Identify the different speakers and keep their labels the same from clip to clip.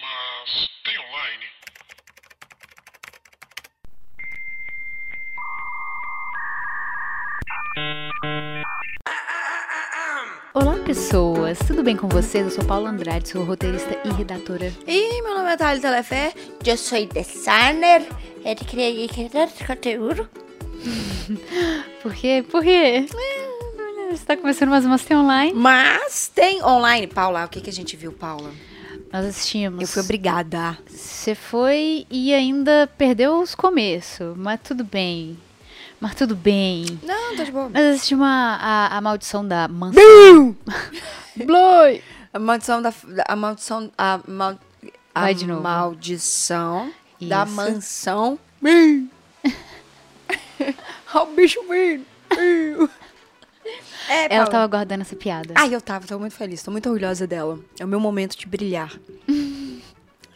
Speaker 1: Mas tem online.
Speaker 2: Olá pessoas, tudo bem com vocês? Eu sou Paula Andrade, sou roteirista e redatora.
Speaker 3: E meu nome é Thalita Telefé.
Speaker 4: Eu sou designer, ele cria criador conteúdo.
Speaker 2: Por quê? Por quê? É, Você tá começando mais uma tem online?
Speaker 3: Mas tem online, Paula. O que, que a gente viu, Paula?
Speaker 2: Nós assistimos.
Speaker 3: Eu fui obrigada.
Speaker 2: Você foi e ainda perdeu os começos, mas tudo bem. Mas tudo bem.
Speaker 3: Não, tá de boa.
Speaker 2: Nós assistimos a, a, a maldição da mansão. Bloi!
Speaker 3: A maldição da. da- A maldição. A, mal, a
Speaker 2: Vai de novo.
Speaker 3: maldição da
Speaker 2: Isso.
Speaker 3: mansão. Bim! Olha o bicho vindo. Bim! É,
Speaker 2: Ela
Speaker 3: Paula.
Speaker 2: tava guardando essa piada.
Speaker 3: Ai, eu tava, tô muito feliz, tô muito orgulhosa dela. É o meu momento de brilhar.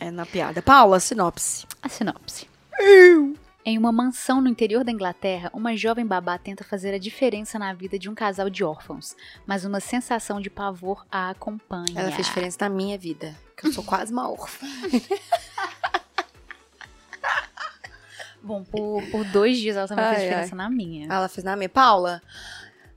Speaker 3: é na piada. Paula, sinopse.
Speaker 2: A sinopse. Em uma mansão no interior da Inglaterra, uma jovem babá tenta fazer a diferença na vida de um casal de órfãos, mas uma sensação de pavor a acompanha.
Speaker 3: Ela fez diferença na minha vida. Que eu sou quase uma órfã.
Speaker 2: Bom, por, por dois dias ela também fez
Speaker 3: Ai,
Speaker 2: diferença na minha.
Speaker 3: Ela fez na minha. Paula,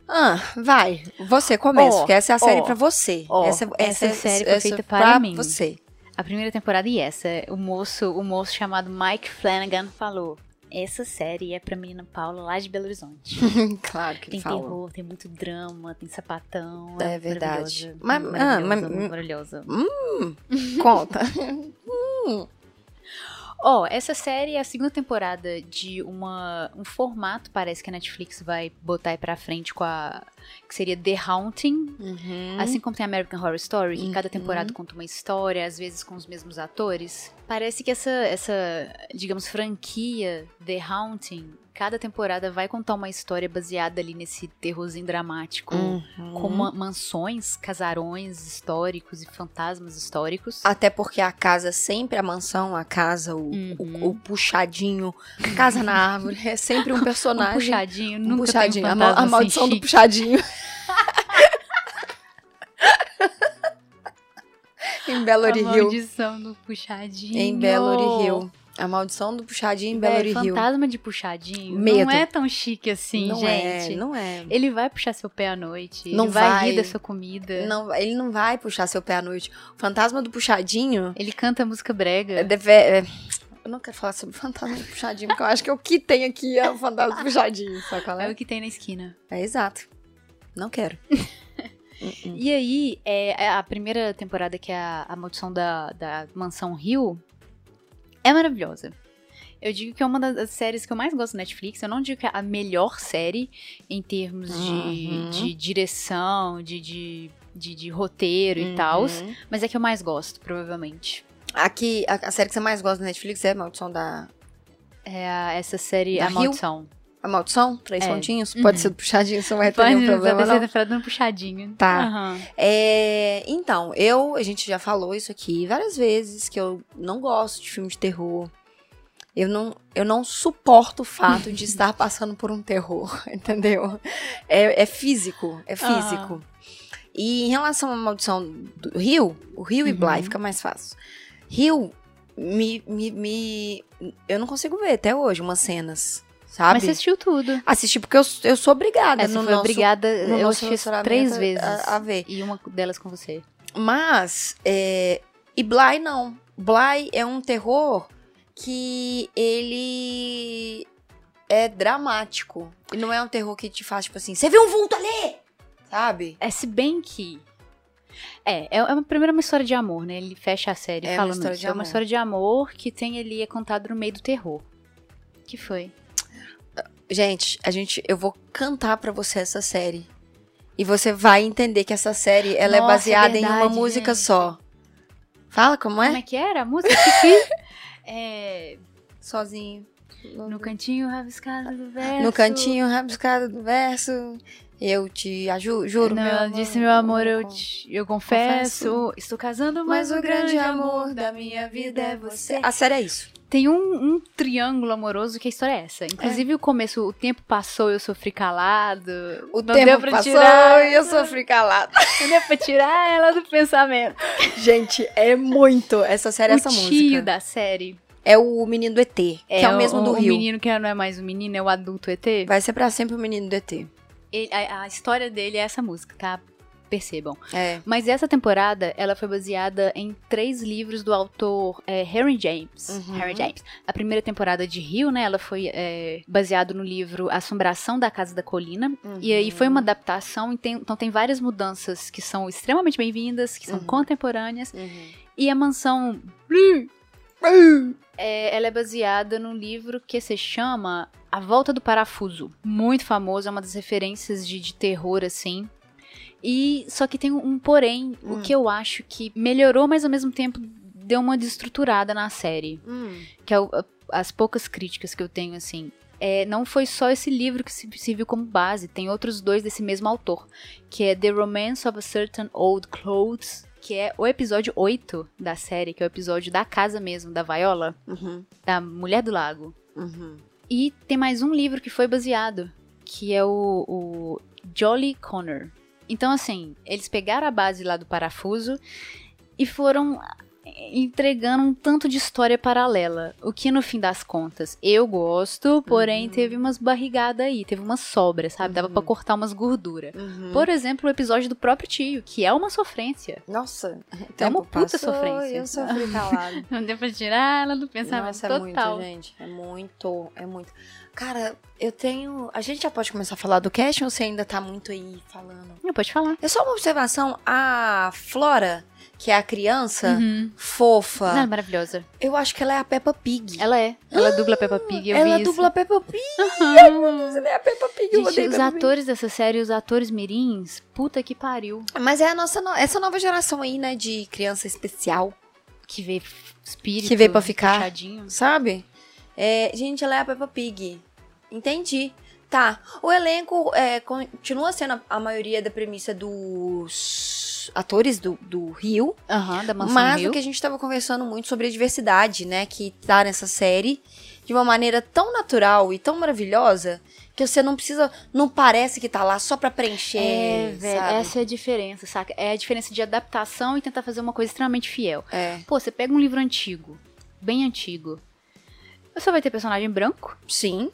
Speaker 3: ah, vai. Você começa,
Speaker 2: Ó,
Speaker 3: porque essa é a série
Speaker 2: ó,
Speaker 3: pra você.
Speaker 2: ó,
Speaker 3: essa,
Speaker 2: essa série foi feita
Speaker 3: é
Speaker 2: para
Speaker 3: pra
Speaker 2: mim.
Speaker 3: você.
Speaker 2: A primeira temporada e essa, o moço, o moço chamado Mike Flanagan falou: Essa série é pra menina Paula lá de Belo Horizonte.
Speaker 3: claro que
Speaker 2: Tem
Speaker 3: fala.
Speaker 2: terror, tem muito drama, tem sapatão.
Speaker 3: É verdade.
Speaker 2: maravilhosa,
Speaker 3: Mas- ah,
Speaker 2: maravilhosa,
Speaker 3: mas-
Speaker 2: maravilhosa.
Speaker 3: Conta.
Speaker 2: Ó, essa série é a segunda temporada de uma, um formato, parece que a Netflix vai botar aí pra frente com a. que seria The Haunting.
Speaker 3: Uhum.
Speaker 2: Assim como tem American Horror Story, que cada temporada conta uma história, às vezes com os mesmos atores. Parece que essa, essa digamos, franquia The Haunting, cada temporada vai contar uma história baseada ali nesse terrorzinho dramático.
Speaker 3: Uhum.
Speaker 2: Com ma- mansões, casarões históricos e fantasmas históricos.
Speaker 3: Até porque a casa sempre, a mansão, a casa, o, o- o puxadinho, a casa na árvore, é sempre um
Speaker 2: Uhum. Um
Speaker 3: personagem.
Speaker 2: puxadinho,
Speaker 3: Um
Speaker 2: nunca
Speaker 3: puxadinho,
Speaker 2: tem
Speaker 3: a,
Speaker 2: um
Speaker 3: mal- a
Speaker 2: fantasma sem
Speaker 3: maldição do
Speaker 2: chifre.
Speaker 3: puxadinho. em Belo
Speaker 2: A
Speaker 3: Horizonte.
Speaker 2: maldição do puxadinho.
Speaker 3: Em Belo Horizonte. A maldição do puxadinho em Belo
Speaker 2: Véi,
Speaker 3: Horizonte.
Speaker 2: É, Fantasma de puxadinho
Speaker 3: Medo.
Speaker 2: não é tão chique assim,
Speaker 3: não
Speaker 2: gente.
Speaker 3: É, não é.
Speaker 2: Ele vai puxar seu pé à noite,
Speaker 3: Não
Speaker 2: ele vai,
Speaker 3: vai.
Speaker 2: rir da sua comida,
Speaker 3: Não, ele não vai puxar seu pé à noite. O fantasma do puxadinho.
Speaker 2: ele canta música
Speaker 3: é
Speaker 2: brega.
Speaker 3: deve- é- eu não quero falar sobre o fantasma do puxadinho, porque eu acho que o que tem aqui é o fantasma do puxadinho, sabe qual
Speaker 2: É
Speaker 3: é?
Speaker 2: o que tem na esquina.
Speaker 3: É exato. Não quero. Hum, hum.
Speaker 2: E aí, é, é a primeira temporada, que é a, a Maldição da, da Mansão Rio, é maravilhosa. Eu digo que é uma das séries que eu mais gosto da Netflix. Eu não digo que é a melhor série em termos de,
Speaker 3: Uhum.
Speaker 2: de direção, de, de, de- de roteiro e tal.
Speaker 3: Uhum.
Speaker 2: Mas é que eu mais gosto, provavelmente.
Speaker 3: Aqui, a, a série que você mais gosta da Netflix é a Maldição da.
Speaker 2: É a- essa série
Speaker 3: Da
Speaker 2: A
Speaker 3: Hill?
Speaker 2: Maldição.
Speaker 3: A Maldição? Três
Speaker 2: É.
Speaker 3: pontinhos? Pode ser do puxadinho, você não vai ter
Speaker 2: Pode
Speaker 3: nenhum um problema, não.
Speaker 2: ter falado no puxadinho.
Speaker 3: Tá.
Speaker 2: Aham.
Speaker 3: É, então, eu, a gente já falou isso aqui várias vezes, que eu não gosto de filme de terror. Eu não, eu não suporto o fato de estar passando por um terror, entendeu? É, é físico,
Speaker 2: Ah.
Speaker 3: é físico. E em relação à maldição do Rio, o Rio e
Speaker 2: Uhum.
Speaker 3: Bly fica mais fácil. Rio, me, me, me- Eu não consigo ver até hoje umas cenas, sabe?
Speaker 2: Mas você assistiu tudo.
Speaker 3: Assisti porque eu, eu sou obrigada
Speaker 2: Essa
Speaker 3: no
Speaker 2: foi
Speaker 3: nosso,
Speaker 2: obrigada,
Speaker 3: no
Speaker 2: eu
Speaker 3: nosso
Speaker 2: assisti
Speaker 3: relacionamento
Speaker 2: três
Speaker 3: a-
Speaker 2: vezes.
Speaker 3: a- a ver.
Speaker 2: E uma delas com você.
Speaker 3: Mas, é, e Bly não. Bly é um terror que ele é dramático. E não é um terror que te faz, tipo assim, você viu um vulto ali! Sabe?
Speaker 2: É, se bem que... É, é é uma, primeiro é uma história de amor, né? Ele fecha a série
Speaker 3: É uma
Speaker 2: falando
Speaker 3: história
Speaker 2: isso.
Speaker 3: de
Speaker 2: É
Speaker 3: amor.
Speaker 2: uma história de amor que tem ali, é contado no meio do terror. Que foi?
Speaker 3: Gente, a gente, eu vou cantar pra você essa série. E você vai entender que essa série, ela
Speaker 2: Nossa,
Speaker 3: é
Speaker 2: é
Speaker 3: baseada em uma
Speaker 2: verdade,
Speaker 3: música
Speaker 2: gente.
Speaker 3: só. Fala como
Speaker 2: Como
Speaker 3: é?
Speaker 2: é que era a música? Que que- é,
Speaker 3: Sozinho.
Speaker 2: no cantinho rabiscado do verso.
Speaker 3: No cantinho rabiscado do verso, eu te ajudo, juro,
Speaker 2: Não,
Speaker 3: meu
Speaker 2: ela
Speaker 3: amor.
Speaker 2: disse, meu amor, eu, te- eu confesso, Estou casando, mas o grande amor.
Speaker 3: da minha
Speaker 2: vida é você.
Speaker 3: A série é isso.
Speaker 2: Tem um, um triângulo amoroso que a história é essa. Inclusive, o começo, o tempo passou, eu sofri calado.
Speaker 3: O
Speaker 2: Não
Speaker 3: tempo
Speaker 2: deu pra
Speaker 3: passou
Speaker 2: tirar.
Speaker 3: e eu sofri calado.
Speaker 2: Não deu pra tirar ela do pensamento.
Speaker 3: Gente, é muito essa série,
Speaker 2: o
Speaker 3: essa
Speaker 2: tio
Speaker 3: música.
Speaker 2: da série.
Speaker 3: É o menino do ET, que é o mesmo do
Speaker 2: o
Speaker 3: Rio.
Speaker 2: menino que não é mais um menino, é o adulto ET.
Speaker 3: Vai ser pra sempre o menino do ET.
Speaker 2: Ele- a, a história dele é essa música, tá? Percebam.
Speaker 3: É.
Speaker 2: Mas essa temporada, ela foi baseada em três livros do autor é, Harry James.
Speaker 3: Uhum.
Speaker 2: Harry James. A primeira temporada de Rio, né, ela foi é, baseada no livro Assombração da Casa da Colina. E aí foi uma
Speaker 3: Uhum.
Speaker 2: adaptação, e tem- então tem várias mudanças que são extremamente bem-vindas, que são
Speaker 3: Uhum.
Speaker 2: contemporâneas.
Speaker 3: Uhum.
Speaker 2: E a mansão é, ela é baseada num livro que se chama A Volta do Parafuso. Muito famoso, é uma das referências de, de terror, assim. E só que tem um, um porém, o
Speaker 3: Hum.
Speaker 2: que eu acho que melhorou, mas ao mesmo tempo deu uma destruturada na série.
Speaker 3: Hum.
Speaker 2: Que é o- a- as poucas críticas que eu tenho, assim. É, não foi só esse livro que se, serviu como base, tem outros dois desse mesmo autor, que é The Romance of a Certain Old Clothes, que é o episódio 8 da série, que é o episódio da casa mesmo, da Viola
Speaker 3: Uhum.
Speaker 2: da Mulher do Lago.
Speaker 3: Uhum.
Speaker 2: E tem mais um livro que foi baseado, que é o, o Jolly Connor. Então, assim, eles pegaram a base lá do parafuso e foram entregando um tanto de história paralela. O que, no fim das contas, eu gosto, porém teve umas barrigadas aí, teve uma sobra, sabe? Dava pra cortar umas gorduras.
Speaker 3: Uhum.
Speaker 2: Por exemplo, o episódio do próprio tio, que é uma sofrência.
Speaker 3: Nossa, o
Speaker 2: É uma
Speaker 3: tempo
Speaker 2: puta
Speaker 3: passou
Speaker 2: sofrência.
Speaker 3: e Eu sofri calado.
Speaker 2: Não deu pra tirar ela do pensamento
Speaker 3: Nossa, é
Speaker 2: total.
Speaker 3: muito, gente. É muito, é muito. Cara, eu tenho. A gente já pode começar a falar do casting ou você ainda tá muito aí falando?
Speaker 2: Não, pode falar.
Speaker 3: É só uma observação. A Flora, que é a criança,
Speaker 2: Uhum.
Speaker 3: fofa.
Speaker 2: Não, é maravilhosa.
Speaker 3: Eu acho que ela é a Peppa Pig.
Speaker 2: Ela é. Ela dubla Peppa Pig, eu
Speaker 3: ela é
Speaker 2: vi
Speaker 3: dubla a Peppa Pig.
Speaker 2: isso.
Speaker 3: Ela é a Peppa Pig. eu
Speaker 2: Gente,
Speaker 3: odeio
Speaker 2: os
Speaker 3: Peppa Pig.
Speaker 2: atores dessa série, os atores mirins, puta que pariu.
Speaker 3: Mas é a nossa no- essa nova geração aí, né, de criança especial,
Speaker 2: Que vê f- espírito.
Speaker 3: Que veio pra ficar.
Speaker 2: puxadinho.
Speaker 3: sabe? É, gente, ela é a Peppa Pig. Entendi. Tá. O elenco é, continua sendo a, a maioria da premissa dos atores do, do Rio.
Speaker 2: Aham, da Mansão
Speaker 3: mas
Speaker 2: Hill.
Speaker 3: o que a gente estava conversando muito sobre a diversidade, né? Que tá nessa série de uma maneira tão natural e tão maravilhosa que você não precisa. Não parece que tá lá só pra preencher.
Speaker 2: É, velho,
Speaker 3: sabe?
Speaker 2: essa é a diferença, saca? É a diferença de adaptação e tentar fazer uma coisa extremamente fiel.
Speaker 3: É,
Speaker 2: Pô, você pega um livro antigo, bem antigo. Você vai ter personagem branco,
Speaker 3: sim.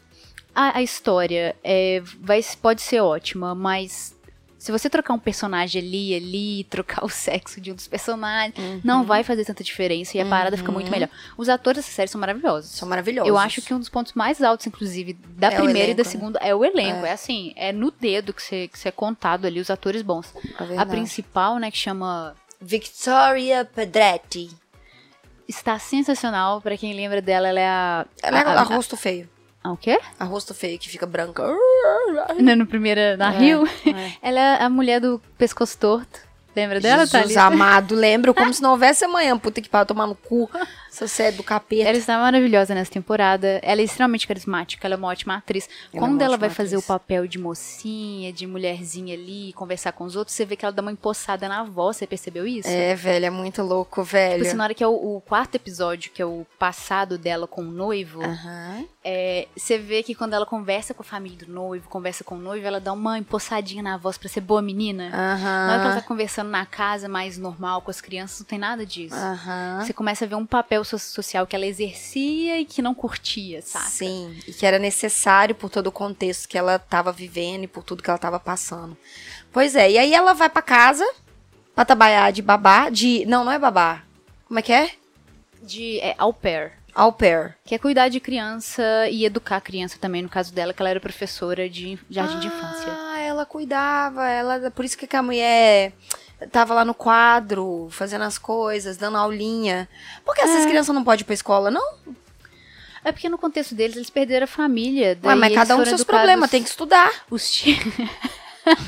Speaker 2: a, a história é, vai, pode ser ótima, mas se você trocar um personagem ali, ali, trocar o sexo de um dos personagens,
Speaker 3: Uhum.
Speaker 2: não vai fazer tanta diferença e a parada fica muito melhor. Os atores dessa série são maravilhosos.
Speaker 3: São Uhum. maravilhosos.
Speaker 2: Eu acho que um dos pontos mais altos, inclusive, da
Speaker 3: É o
Speaker 2: primeira e da
Speaker 3: elenco, né?
Speaker 2: segunda é o elenco. É, assim, é no dedo que você que você é contado ali, os atores bons.
Speaker 3: É
Speaker 2: A principal, né, que chama
Speaker 3: Victoria Pedretti.
Speaker 2: Está Sensacional, pra quem lembra dela, ela é a.
Speaker 3: Ela é
Speaker 2: a, a,
Speaker 3: arrosto feio.
Speaker 2: a- o quê?
Speaker 3: Arrosto feio que fica branca.
Speaker 2: Na, Né, no primeira, na
Speaker 3: É,
Speaker 2: Rio.
Speaker 3: é.
Speaker 2: Ela é a mulher do pescoço torto. Lembra dela,
Speaker 3: Jesus
Speaker 2: Thalita?
Speaker 3: amado, lembro como se não houvesse amanhã. Puta que pariu, tomar no cu. Se você é do capeta.
Speaker 2: Ela está maravilhosa nessa temporada. Ela é extremamente carismática, ela é uma ótima atriz.
Speaker 3: é
Speaker 2: Quando
Speaker 3: uma
Speaker 2: ela
Speaker 3: ótima
Speaker 2: vai fazer
Speaker 3: atriz.
Speaker 2: o papel de mocinha, de mulherzinha ali, conversar com os outros, você vê que ela dá uma empossada na voz, você percebeu isso?
Speaker 3: É, velho, é muito louco, velho.
Speaker 2: Tipo assim, na hora que é o, o quarto episódio, que é o passado dela com o noivo,
Speaker 3: Aham.
Speaker 2: é, você vê que quando ela conversa com a família do noivo, conversa com o noivo, ela dá uma empossadinha na voz pra ser boa
Speaker 3: É.
Speaker 2: menina. Na hora que ela
Speaker 3: Aham.
Speaker 2: tá conversando na casa mais normal com as crianças, não tem nada disso.
Speaker 3: Aham.
Speaker 2: Você começa a ver um papel so- social que ela exercia e que não curtia, saca?
Speaker 3: Sim, e que era necessário por todo o contexto que ela tava vivendo e por tudo que ela tava passando. Pois é, e aí ela vai pra casa pra trabalhar de babá, de. Não, não é babá. Como é que é?
Speaker 2: De é, au pair.
Speaker 3: Au pair.
Speaker 2: Que é cuidar de criança e educar a criança também, no caso dela, que ela era professora de jardim de infância.
Speaker 3: Ah, ela cuidava, ela, por isso que a mulher tava lá no quadro, fazendo as coisas, dando aulinha. Por que essas crianças não podem ir pra escola, não?
Speaker 2: É porque no contexto deles, eles perderam a família.
Speaker 3: Ué,
Speaker 2: daí
Speaker 3: mas
Speaker 2: eles
Speaker 3: cada um
Speaker 2: foram
Speaker 3: seus
Speaker 2: educados-
Speaker 3: problemas, tem que estudar.
Speaker 2: Os tios...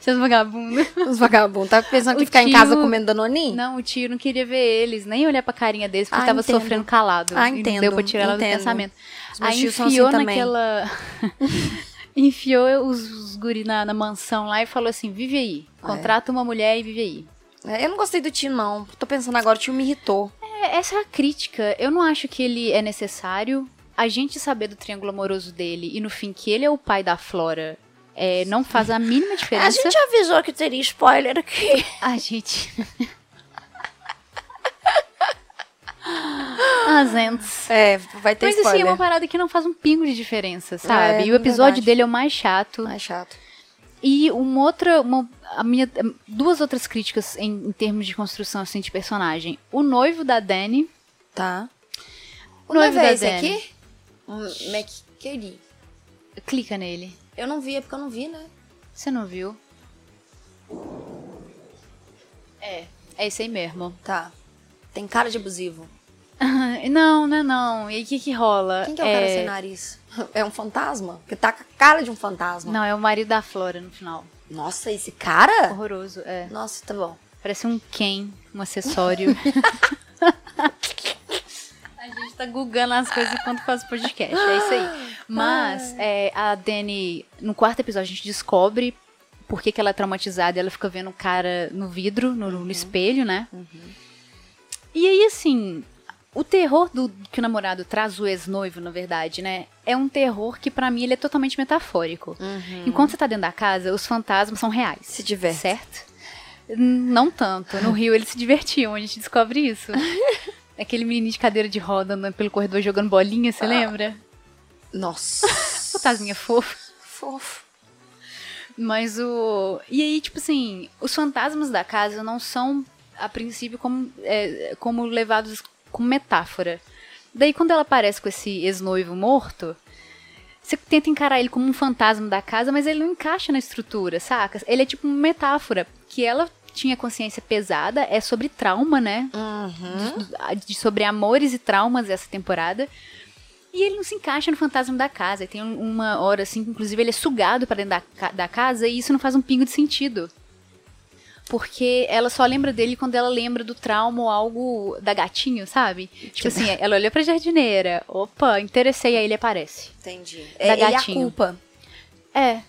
Speaker 2: Seus vagabundos.
Speaker 3: Os vagabundos, tá pensando que
Speaker 2: O
Speaker 3: ficar em
Speaker 2: tio-
Speaker 3: casa comendo danoninho?
Speaker 2: Não, o tio não queria ver eles, nem olhar pra carinha deles, porque
Speaker 3: Ah,
Speaker 2: tava
Speaker 3: entendo.
Speaker 2: sofrendo calado.
Speaker 3: Ah,
Speaker 2: e não
Speaker 3: entendo,
Speaker 2: deu pra tirar ela do
Speaker 3: entendo.
Speaker 2: pensamento.
Speaker 3: Os meus
Speaker 2: Aí
Speaker 3: tios são
Speaker 2: enfiou
Speaker 3: assim também.
Speaker 2: naquela. enfiou os, os guri na, na mansão lá e falou assim: vive aí. Contrata uma mulher e vive aí.
Speaker 3: É, Eu não gostei do tio, não. Tô pensando agora, o tio me irritou.
Speaker 2: É, essa é a crítica. Eu não acho que ele é necessário. A gente saber do triângulo amoroso dele e no fim que ele é o pai da Flora é, não faz a mínima
Speaker 4: A
Speaker 2: diferença.
Speaker 4: gente
Speaker 3: é-
Speaker 4: avisou que teria spoiler aqui.
Speaker 2: A gente. ah, gente.
Speaker 3: É, vai ter
Speaker 2: Mas assim, é
Speaker 3: spoiler.
Speaker 2: uma parada que não faz um pingo de diferença, sabe?
Speaker 3: É,
Speaker 2: e o episódio
Speaker 3: verdade.
Speaker 2: dele é o mais chato.
Speaker 3: Mais chato.
Speaker 2: E uma outra. Uma, a minha, duas outras críticas em, em termos de construção assim, de personagem. O noivo da Dani.
Speaker 3: Tá.
Speaker 2: O
Speaker 3: O
Speaker 2: noivo
Speaker 3: noivo é
Speaker 2: da
Speaker 3: esse
Speaker 2: Dani.
Speaker 3: aqui? Um McKinney.
Speaker 2: Clica nele.
Speaker 3: Eu não vi, é porque eu não vi, né?
Speaker 2: Você não viu? É, é esse aí mesmo.
Speaker 3: Tá. Tem cara de abusivo.
Speaker 2: não, não, é não. E aí o que, que rola?
Speaker 3: Quem que é o cara sem nariz? É um fantasma? Que tá com a cara de um fantasma.
Speaker 2: Não, é o marido da Flora no final.
Speaker 3: Nossa, esse cara?
Speaker 2: Horroroso, é.
Speaker 3: Nossa, tá bom.
Speaker 2: Parece um Ken, um acessório. a gente tá googando as coisas enquanto faz o podcast. É isso aí. Mas é, a Dani, no quarto episódio, a gente descobre por que, que ela é traumatizada e ela fica vendo o cara no vidro, no, no espelho, né? E aí, assim. O terror do que o namorado traz o ex-noivo, na verdade, né? É um terror que, pra mim, ele é totalmente metafórico. Enquanto você tá dentro da casa, os fantasmas são reais.
Speaker 3: Se diverte.
Speaker 2: Certo? Não tanto. No Rio eles se divertiam, a gente descobre isso. Aquele menino de cadeira de roda andando pelo corredor jogando bolinha, você lembra?
Speaker 3: Nossa.
Speaker 2: Fantasminha fofa.
Speaker 3: Fofo.
Speaker 2: Mas o. E aí, tipo assim, os fantasmas da casa não são, a princípio, como, é, como levados como metáfora. Daí, quando ela aparece com esse ex-noivo morto, você tenta encarar ele como um fantasma da casa, mas ele não encaixa na estrutura, saca? Ele é tipo uma metáfora. Que ela tinha consciência pesada, é sobre trauma, né? de- de- sobre amores e traumas essa temporada. E ele não se encaixa no fantasma da casa. E tem um- uma hora assim, que, inclusive ele é sugado pra dentro da, ca- da casa e isso não faz um pingo de sentido. Porque ela só lembra dele quando ela lembra do trauma ou algo da gatinho, sabe? Tipo assim, ela olhou pra jardineira. Opa, interessei, aí ele aparece.
Speaker 3: Entendi. É, ele é a
Speaker 2: gatinho.
Speaker 3: culpa.
Speaker 2: É,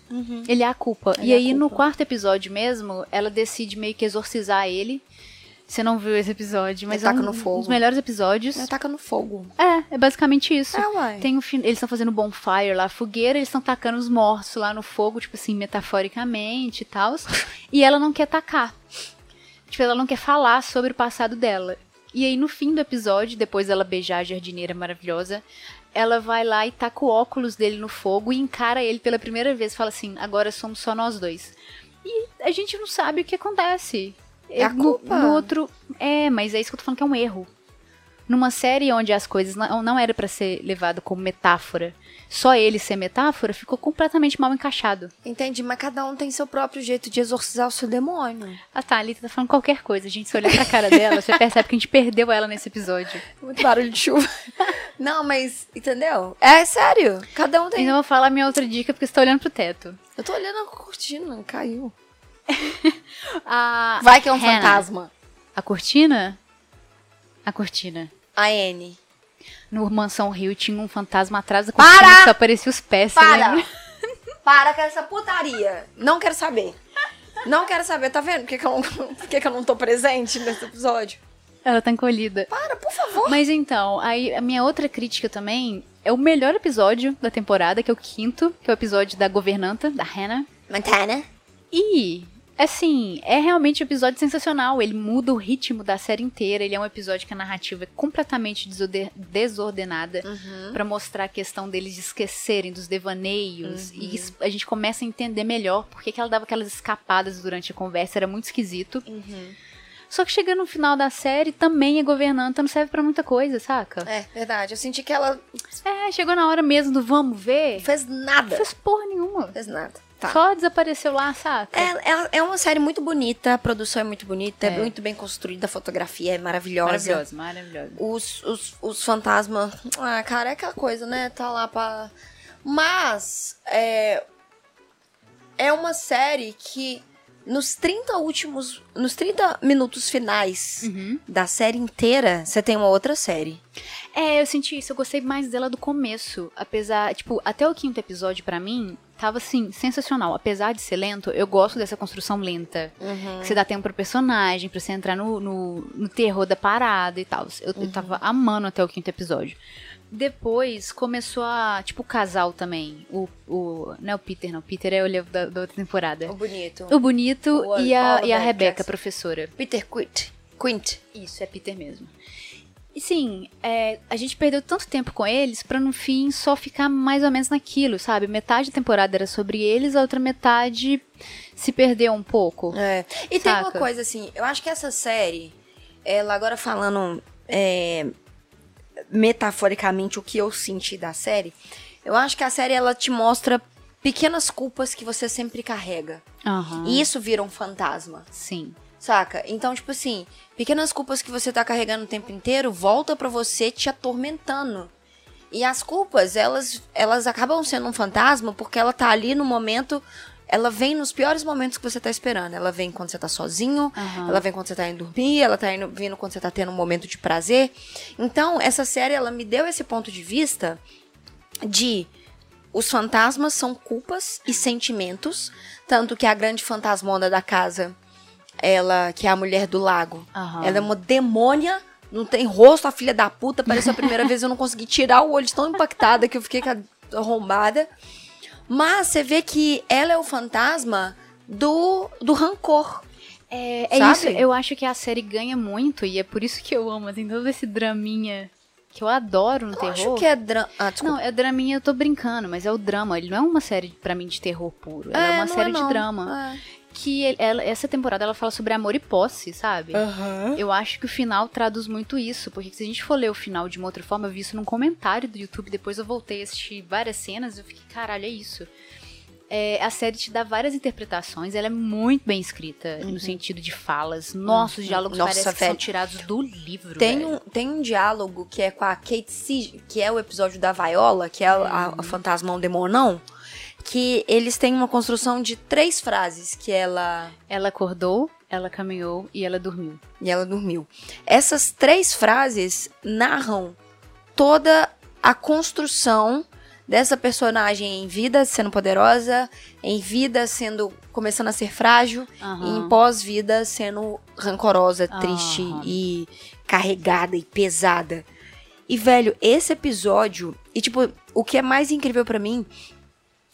Speaker 2: ele é a culpa.
Speaker 3: Ele
Speaker 2: e
Speaker 3: é a
Speaker 2: aí, no
Speaker 3: culpa.
Speaker 2: quarto episódio mesmo, ela decide meio que exorcizar ele. Você não viu esse episódio, mas é
Speaker 3: taca
Speaker 2: um,
Speaker 3: no fogo.
Speaker 2: um dos melhores episódios.
Speaker 3: Ele ataca no tá fogo.
Speaker 2: É, é basicamente isso.
Speaker 3: É, uai.
Speaker 2: Tem um fi- eles estão fazendo bonfire lá, fogueira, eles estão tacando os mortos lá no fogo, tipo assim, metaforicamente e tal. E ela não quer tacar. Tipo, ela não quer falar sobre o passado dela. E aí, no fim do episódio, depois dela beijar a jardineira maravilhosa, ela vai lá e taca o óculos dele no fogo e encara ele pela primeira vez. Fala assim: agora somos só nós dois. E a gente não sabe o que acontece.
Speaker 3: É a
Speaker 2: No-
Speaker 3: culpa.
Speaker 2: no outro. É, mas é isso que eu tô falando que é um erro numa série onde as coisas não, não era pra ser levado como metáfora, só ele ser metáfora, ficou completamente mal encaixado.
Speaker 3: Entendi, mas cada um tem seu próprio jeito de exorcizar o seu demônio.
Speaker 2: A Thalita tá falando qualquer coisa, a gente se olha pra cara dela, você percebe que a gente perdeu ela nesse episódio.
Speaker 3: Muito barulho de chuva. Não, mas, entendeu? É sério. Cada um tem.
Speaker 2: Então eu vou falar minha outra dica, porque você tá olhando pro teto.
Speaker 3: Eu tô olhando a cortina, caiu.
Speaker 2: A,
Speaker 3: Vai que é um
Speaker 2: Hannah.
Speaker 3: fantasma.
Speaker 2: a cortina? A cortina.
Speaker 3: A Anne.
Speaker 2: No Mansão Rio tinha um fantasma atrás da cortina
Speaker 3: Para!
Speaker 2: que só aparecia os pés, você
Speaker 3: Para!
Speaker 2: lembra?
Speaker 3: Para com essa putaria. Não quero saber. Não quero saber, tá vendo? Por que, que, eu, não, por que, que eu não tô presente nesse episódio?
Speaker 2: Ela tá encolhida.
Speaker 3: Para, por favor.
Speaker 2: Mas então, aí a minha outra crítica também é o melhor episódio da temporada, que é o quinto, que é o episódio da governanta, da Hannah.
Speaker 4: Montana?
Speaker 2: E, assim, é realmente um episódio sensacional. Ele muda o ritmo da série inteira. Ele é um episódio que a narrativa é completamente desorde- desordenada
Speaker 3: Uhum.
Speaker 2: pra mostrar a questão deles de esquecerem dos devaneios.
Speaker 3: Uhum.
Speaker 2: E isso- a gente começa a entender melhor por que que ela dava aquelas escapadas durante a conversa. Era muito esquisito.
Speaker 3: Uhum.
Speaker 2: Só que chegando no final da série, também a governanta não serve pra muita coisa, saca?
Speaker 3: É, verdade. Eu senti que ela
Speaker 2: É, chegou na hora mesmo do vamos ver.
Speaker 3: não fez
Speaker 2: Não
Speaker 3: nada.
Speaker 2: fez porra nenhuma.
Speaker 3: Fez nada. Tá.
Speaker 2: Só desapareceu lá, saca?
Speaker 3: É, é, é uma série muito bonita, a produção é muito bonita, é,
Speaker 2: É.
Speaker 3: muito bem construída, a fotografia é maravilhosa.
Speaker 2: Maravilhoso, maravilhoso.
Speaker 3: Os, os, os fantasmas. Ah, cara, é aquela coisa, né? Tá lá pra. Mas. É, é uma série que nos 30 últimos. Nos 30 minutos finais da série inteira, você tem uma outra série.
Speaker 2: É, eu senti isso. Eu gostei mais dela do começo. Apesar, tipo, até o quinto episódio, pra mim, Tava assim, sensacional. Apesar de ser lento, eu gosto dessa construção lenta. Que você dá tempo pro personagem, pra você entrar no, no, no terror da parada e tal. Eu, eu tava amando até o quinto episódio. Depois começou a. Tipo, o casal também. O, o, não é o Peter, não. O Peter é o Leo da, da outra temporada.
Speaker 3: O bonito.
Speaker 2: O bonito
Speaker 3: O-
Speaker 2: e a,
Speaker 3: Oliver
Speaker 2: e a Rebeca,
Speaker 3: Jackson.
Speaker 2: professora.
Speaker 3: Peter Quint. Quint.
Speaker 2: Isso, é Peter mesmo. E sim, é, a gente perdeu tanto tempo com eles pra no fim só ficar mais ou menos naquilo, sabe? Metade da temporada era sobre eles, a outra metade se perdeu um pouco.
Speaker 3: É. E tem uma
Speaker 2: Saca?
Speaker 3: coisa assim, eu acho que essa série, ela agora falando é, metaforicamente o que eu senti da série, eu acho que a série ela te mostra pequenas culpas que você sempre carrega.
Speaker 2: Aham.
Speaker 3: E isso vira um fantasma,
Speaker 2: Sim.
Speaker 3: saca? Então, tipo assim, pequenas culpas que você tá carregando o tempo inteiro volta pra você te atormentando. E as culpas, elas, elas acabam sendo um fantasma porque ela tá ali no momento. Ela vem nos piores momentos que você tá esperando. Ela vem quando você tá sozinho,
Speaker 2: Aham.
Speaker 3: ela vem quando você tá indo dormir, ela tá indo, vindo quando você tá tendo um momento de prazer. Então, essa série, ela me deu esse ponto de vista de os fantasmas são culpas e sentimentos. Tanto que a grande fantasmona da casa, ela, que é a mulher do lago,
Speaker 2: Aham.
Speaker 3: ela é uma demônia, não tem rosto, a filha da puta. Apareceu a primeira vez, eu não consegui tirar o olho de tão impactada que eu fiquei com a arrombada. Mas você vê que ela é o fantasma do, do rancor.
Speaker 2: É, é
Speaker 3: Sabe?
Speaker 2: isso, eu acho que a série ganha muito e é por isso que eu amo. Tem todo esse draminha que eu adoro no
Speaker 3: Eu
Speaker 2: terror.
Speaker 3: acho que é drama. Ah, desculpa.
Speaker 2: Não, é draminha, eu tô brincando, mas é o drama. Ele não é uma série, pra mim, de terror puro. Ela é,
Speaker 3: É,
Speaker 2: uma
Speaker 3: não
Speaker 2: série de
Speaker 3: não. É.
Speaker 2: drama. Que ele- ela- essa temporada ela fala sobre amor e posse, sabe?
Speaker 3: É. Aham.
Speaker 2: Eu acho que o final traduz muito isso, porque se a gente for ler o final de uma outra forma, eu vi isso num comentário do YouTube, depois eu voltei a assistir várias cenas e eu fiquei, caralho, é isso. É, a série te dá várias interpretações, ela é muito bem escrita, no sentido de falas. Nossos diálogos
Speaker 3: Uhum. Nossa,
Speaker 2: parecem que
Speaker 3: velho.
Speaker 2: são tirados do livro.
Speaker 3: Tem
Speaker 2: velho.
Speaker 3: um, tem um diálogo que é com a Kate Sig, que é o episódio da Viola, que é a,
Speaker 2: Uhum.
Speaker 3: a fantasmão demonão, que eles têm uma construção de três frases que ela
Speaker 2: Ela acordou, ela caminhou e ela dormiu.
Speaker 3: e ela dormiu. Essas três frases narram toda a construção dessa personagem em vida sendo poderosa, em vida sendo começando a ser frágil e
Speaker 2: Aham.
Speaker 3: em pós-vida sendo rancorosa, triste
Speaker 2: Aham.
Speaker 3: e carregada e pesada. E velho, esse episódio, e tipo, o que é mais incrível pra mim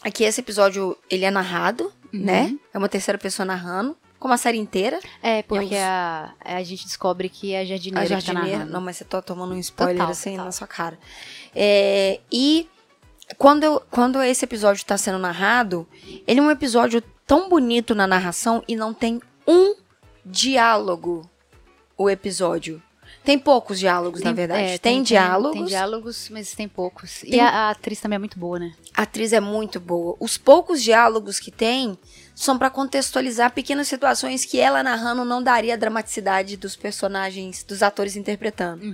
Speaker 3: é que esse episódio ele é narrado,
Speaker 2: Uhum.
Speaker 3: né? É uma terceira pessoa narrando, como a série inteira.
Speaker 2: É, porque
Speaker 3: Eu-
Speaker 2: a, a gente descobre que é a jardineira,
Speaker 3: A
Speaker 2: que tá
Speaker 3: jardineira.
Speaker 2: narrando.
Speaker 3: não, mas você tá tomando um spoiler
Speaker 2: Total,
Speaker 3: assim
Speaker 2: total.
Speaker 3: na sua cara. É, e quando, eu- quando esse episódio tá sendo narrado, ele é um episódio tão bonito na narração e não tem um diálogo o episódio. Tem poucos diálogos, na verdade.
Speaker 2: é,
Speaker 3: tem, diálogos.
Speaker 2: Tem diálogos, mas tem poucos. E
Speaker 3: Tem- um
Speaker 2: a, a atriz também é muito boa, né?
Speaker 3: A atriz é muito boa. Os poucos diálogos que tem são pra contextualizar pequenas situações que ela narrando não daria a dramaticidade dos personagens, dos atores interpretando.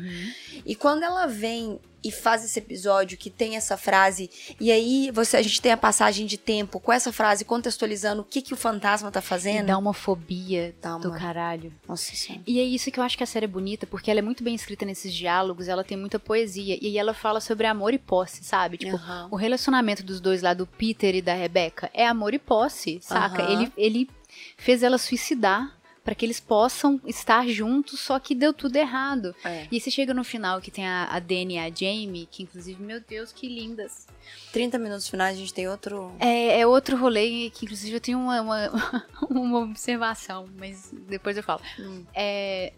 Speaker 3: E quando ela vem e faz esse episódio que tem essa frase, e aí você, a gente tem a passagem de tempo com essa frase contextualizando o que, que o fantasma tá
Speaker 2: E
Speaker 3: fazendo.
Speaker 2: dá uma fobia
Speaker 3: Dá
Speaker 2: do
Speaker 3: uma-
Speaker 2: caralho.
Speaker 3: Nossa senhora.
Speaker 2: E é isso que eu acho que a série é bonita, porque ela é muito bem escrita nesses diálogos, ela tem muita poesia. E aí ela fala sobre amor e posse, sabe? Tipo,
Speaker 3: Aham.
Speaker 2: o relacionamento dos dois lá, do Peter e da Rebecca, é amor e posse, saca?
Speaker 3: Aham.
Speaker 2: Ele, ele fez ela suicidar pra que eles possam estar juntos, só que deu tudo errado.
Speaker 3: É.
Speaker 2: E aí você chega no final que tem a, a Dani e a Jamie, que inclusive, meu Deus, que lindas.
Speaker 3: 30 minutos finais a gente tem outro.
Speaker 2: É, é outro rolê que inclusive eu tenho uma, uma, uma observação, mas depois eu falo.
Speaker 3: Hum.
Speaker 2: É,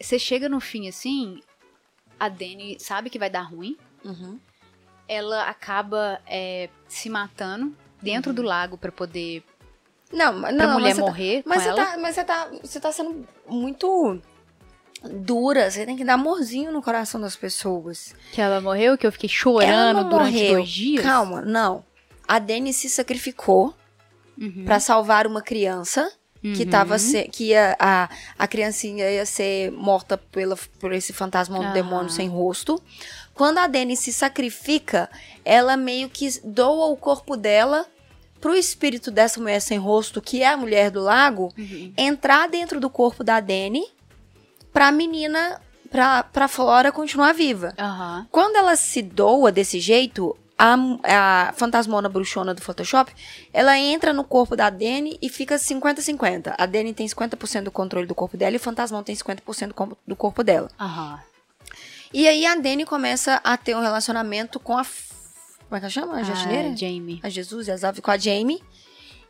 Speaker 2: você chega no fim assim, a Dani sabe que vai dar ruim,
Speaker 3: Uhum.
Speaker 2: ela acaba é, se matando dentro do lago pra poder
Speaker 3: Não, mas- Uhum. não,
Speaker 2: pra mulher
Speaker 3: mas você tá-
Speaker 2: morrer
Speaker 3: Mas
Speaker 2: com
Speaker 3: você,
Speaker 2: ela.
Speaker 3: tá, mas você tá. Você tá sendo muito dura. Você tem que dar amorzinho no coração das pessoas.
Speaker 2: Que ela morreu, que eu fiquei
Speaker 3: Ela
Speaker 2: chorando
Speaker 3: não
Speaker 2: durante
Speaker 3: morreu.
Speaker 2: dois dias.
Speaker 3: Calma, não. A Dani se sacrificou
Speaker 2: Uhum.
Speaker 3: pra salvar uma criança que
Speaker 2: Uhum.
Speaker 3: tava se- que ia- a, a criancinha ia ser morta pela, por esse fantasma do
Speaker 2: Aham.
Speaker 3: demônio sem rosto. Quando a Dani se sacrifica, ela meio que doa o corpo dela pro espírito dessa mulher sem rosto, que é a mulher do lago,
Speaker 2: Uhum.
Speaker 3: entrar dentro do corpo da Dani pra menina, pra, pra Flora continuar viva.
Speaker 2: Aham.
Speaker 3: Quando ela se doa desse jeito, a, a fantasmona bruxona do Photoshop, ela entra no corpo da Dani e fica 50-50. A Dani tem 50% do controle do corpo dela e o fantasmão tem 50% do com- do corpo dela.
Speaker 2: Aham.
Speaker 3: E aí a Dani começa a ter um relacionamento com a. f- Como é que ela chama? A jardineira?
Speaker 2: Ah, Jamie.
Speaker 3: a Jesus e as aves com a Jamie.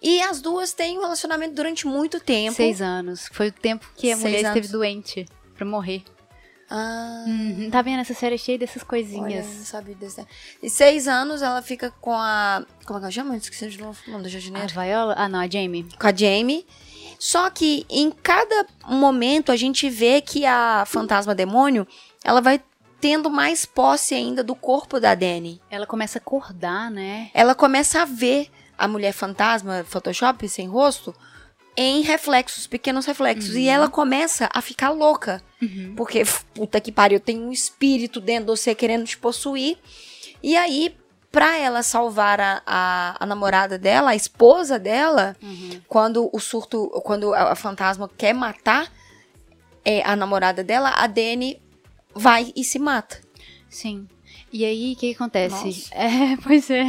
Speaker 3: E as duas têm um relacionamento durante muito tempo.
Speaker 2: Seis anos. Foi o tempo que a
Speaker 3: Seis
Speaker 2: mulher
Speaker 3: anos.
Speaker 2: esteve doente pra morrer.
Speaker 3: Ah,
Speaker 2: Uhum, Tá vendo? Essa série é cheia dessas
Speaker 3: olha, eu
Speaker 2: coisinhas.
Speaker 3: não sabia desse. E seis anos ela fica com a. Como é que ela chama? Esqueci de novo o nome da
Speaker 2: A
Speaker 3: jardineira.
Speaker 2: Viola? Ah, não, a Jamie.
Speaker 3: Com a Jamie. Só que em cada momento a gente vê que a fantasma demônio ela vai tendo mais posse ainda do corpo da Dani.
Speaker 2: Ela começa a acordar, né?
Speaker 3: Ela começa a ver a mulher fantasma, Photoshop, sem rosto, em reflexos, pequenos reflexos. E ela começa a ficar louca. Porque, f- puta que pariu, tem um espírito dentro de você querendo te possuir. E aí, pra ela salvar a, a, a namorada dela, a esposa dela, quando o surto, quando a, a fantasma quer matar é, a namorada dela, a Dani vai e se mata.
Speaker 2: Sim. E aí, o que, que acontece?
Speaker 3: Nossa.
Speaker 2: É, pois é.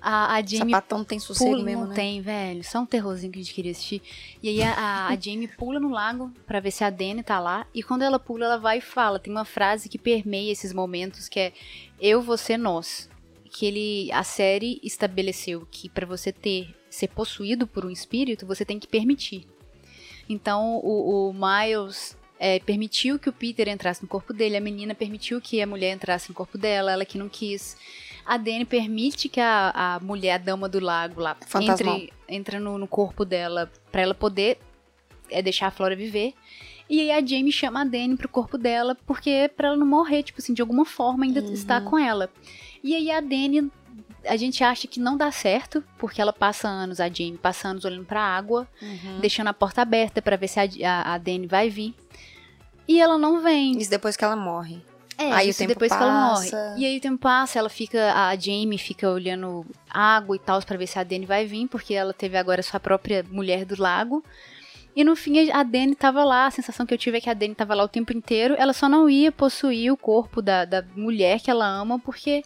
Speaker 2: A, a
Speaker 3: O
Speaker 2: Jamie
Speaker 3: sapatão tem sossego
Speaker 2: pula, um
Speaker 3: mesmo,
Speaker 2: não
Speaker 3: né?
Speaker 2: tem, velho. Só um terrorzinho que a gente queria assistir. E aí a, a, a Jamie pula no lago pra ver se a Dani tá lá. E quando ela pula, ela vai e fala. Tem uma frase que permeia esses momentos que é eu, você, nós. Que ele, a série estabeleceu que pra você ter ser possuído por um espírito, você tem que permitir. Então o, o Miles é, permitiu que o Peter entrasse no corpo dele, a menina permitiu que a mulher entrasse no corpo dela, ela que não quis. A Dani permite que a, a mulher, a dama do lago lá,
Speaker 3: Fantasmão.
Speaker 2: entre, entra no, no corpo dela pra ela poder é, deixar a Flora viver. E aí a Jamie chama a Dani pro corpo dela, porque é pra ela não morrer, tipo assim, de alguma forma ainda está com ela. E aí a Dani, a gente acha que não dá certo, porque ela passa anos, a Jamie passa anos olhando pra água, deixando a porta aberta pra ver se a, a, a Dani vai vir. E ela não vem.
Speaker 3: Isso depois que ela morre.
Speaker 2: É,
Speaker 3: Aí o
Speaker 2: isso
Speaker 3: tempo
Speaker 2: depois que ela morre.
Speaker 3: passa.
Speaker 2: E aí o tempo passa, ela fica, a Jamie fica olhando água e tal pra ver se a Dani vai vir, porque ela teve agora sua própria mulher do lago. E no fim a Dani tava lá, a sensação que eu tive é que a Dani tava lá o tempo inteiro, ela só não ia possuir o corpo da, da mulher que ela ama, porque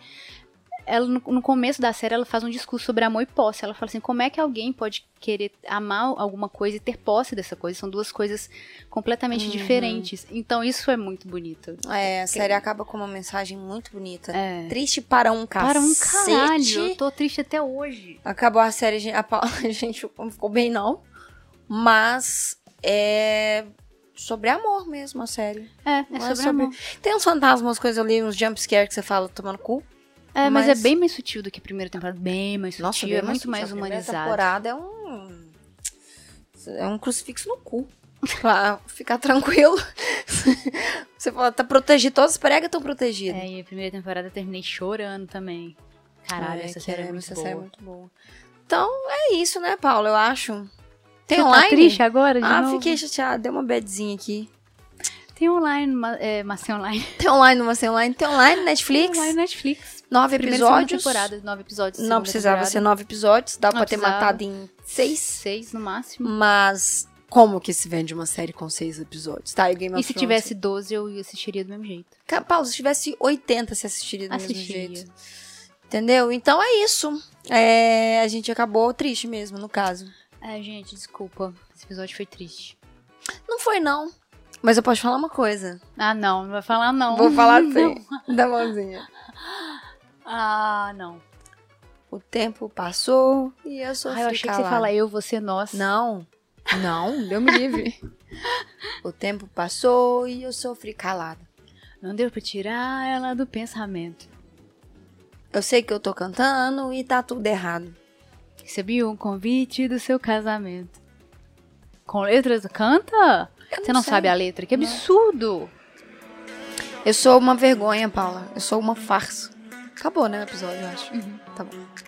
Speaker 2: ela no, no começo da série ela faz um discurso sobre amor e posse. Ela fala assim: como é que alguém pode querer amar alguma coisa e ter posse dessa coisa? São duas coisas
Speaker 3: Uhum.
Speaker 2: completamente diferentes. Então isso é muito bonito.
Speaker 3: É, a série acaba com uma mensagem muito bonita.
Speaker 2: É.
Speaker 3: Triste para um cacete.
Speaker 2: Para um caralho, eu tô triste até hoje.
Speaker 3: Acabou a série, a gente- a Paula, a gente não ficou bem, não. Mas é sobre amor mesmo, a série.
Speaker 2: É, é
Speaker 3: Não
Speaker 2: sobre, amor.
Speaker 3: Tem uns fantasmas, umas coisas ali, uns jumpscare que você fala tomando cu.
Speaker 2: É, mas,
Speaker 3: mas-
Speaker 2: é bem mais sutil do que a primeira temporada, bem mais sutil, é
Speaker 3: bem
Speaker 2: muito
Speaker 3: sutil.
Speaker 2: mais
Speaker 3: assim, A primeira
Speaker 2: humanizado.
Speaker 3: temporada é um. É um crucifixo no cu. Pra ficar tranquilo. Você fala, tá protegido, todas as pregas estão protegidas.
Speaker 2: É, e a primeira temporada eu terminei chorando também. Caralho,
Speaker 3: É,
Speaker 2: essa
Speaker 3: que
Speaker 2: série é,
Speaker 3: é,
Speaker 2: muito
Speaker 3: essa
Speaker 2: boa.
Speaker 3: série é muito boa. Então, é isso, né, Paula? Eu acho. Tem
Speaker 2: Você
Speaker 3: online?
Speaker 2: tá triste agora de
Speaker 3: ah,
Speaker 2: novo?
Speaker 3: fiquei chateada. Deu uma bedzinha aqui.
Speaker 2: Tem online, ma- é, mas tem online.
Speaker 3: Tem online, não vai ser online? Tem online, Netflix?
Speaker 2: Tem online Netflix.
Speaker 3: Nove
Speaker 2: Primeira e segunda
Speaker 3: episódios.
Speaker 2: temporada, nove episódios.
Speaker 3: Não
Speaker 2: segunda
Speaker 3: precisava
Speaker 2: temporada.
Speaker 3: ser nove episódios. Dá
Speaker 2: Não
Speaker 3: pra ter
Speaker 2: precisava.
Speaker 3: matado em seis.
Speaker 2: Seis no máximo.
Speaker 3: Mas como que se vende uma série com seis episódios? Tá, e Game of
Speaker 2: E se
Speaker 3: Thrones?
Speaker 2: tivesse 12, eu assistiria do mesmo jeito.
Speaker 3: Ca- Paulo, se tivesse 80, você assistiria do
Speaker 2: Assistiria.
Speaker 3: mesmo jeito. Entendeu? Então é isso. É, a gente acabou triste mesmo, no caso.
Speaker 2: É, gente, desculpa. Esse episódio foi triste.
Speaker 3: Não foi, não. Mas eu posso falar uma coisa.
Speaker 2: Ah, não, não vai falar não.
Speaker 3: Vou falar assim. Da mãozinha.
Speaker 2: Ah, não.
Speaker 3: O tempo passou e eu sou
Speaker 2: Ah, eu achei que você fala eu, você, nós.
Speaker 3: Não. Não, deu me livre. o tempo passou e eu sofri calada.
Speaker 2: Não deu pra tirar ela do pensamento.
Speaker 3: Eu sei que eu tô cantando e tá tudo errado.
Speaker 2: Recebi um convite do seu casamento. Com letras, canta?
Speaker 3: Eu
Speaker 2: Você não
Speaker 3: sei.
Speaker 2: sabe a letra, que absurdo!
Speaker 3: Eu sou uma vergonha, Paula. Eu sou uma farsa. Acabou, né, o episódio, eu acho. Tá bom.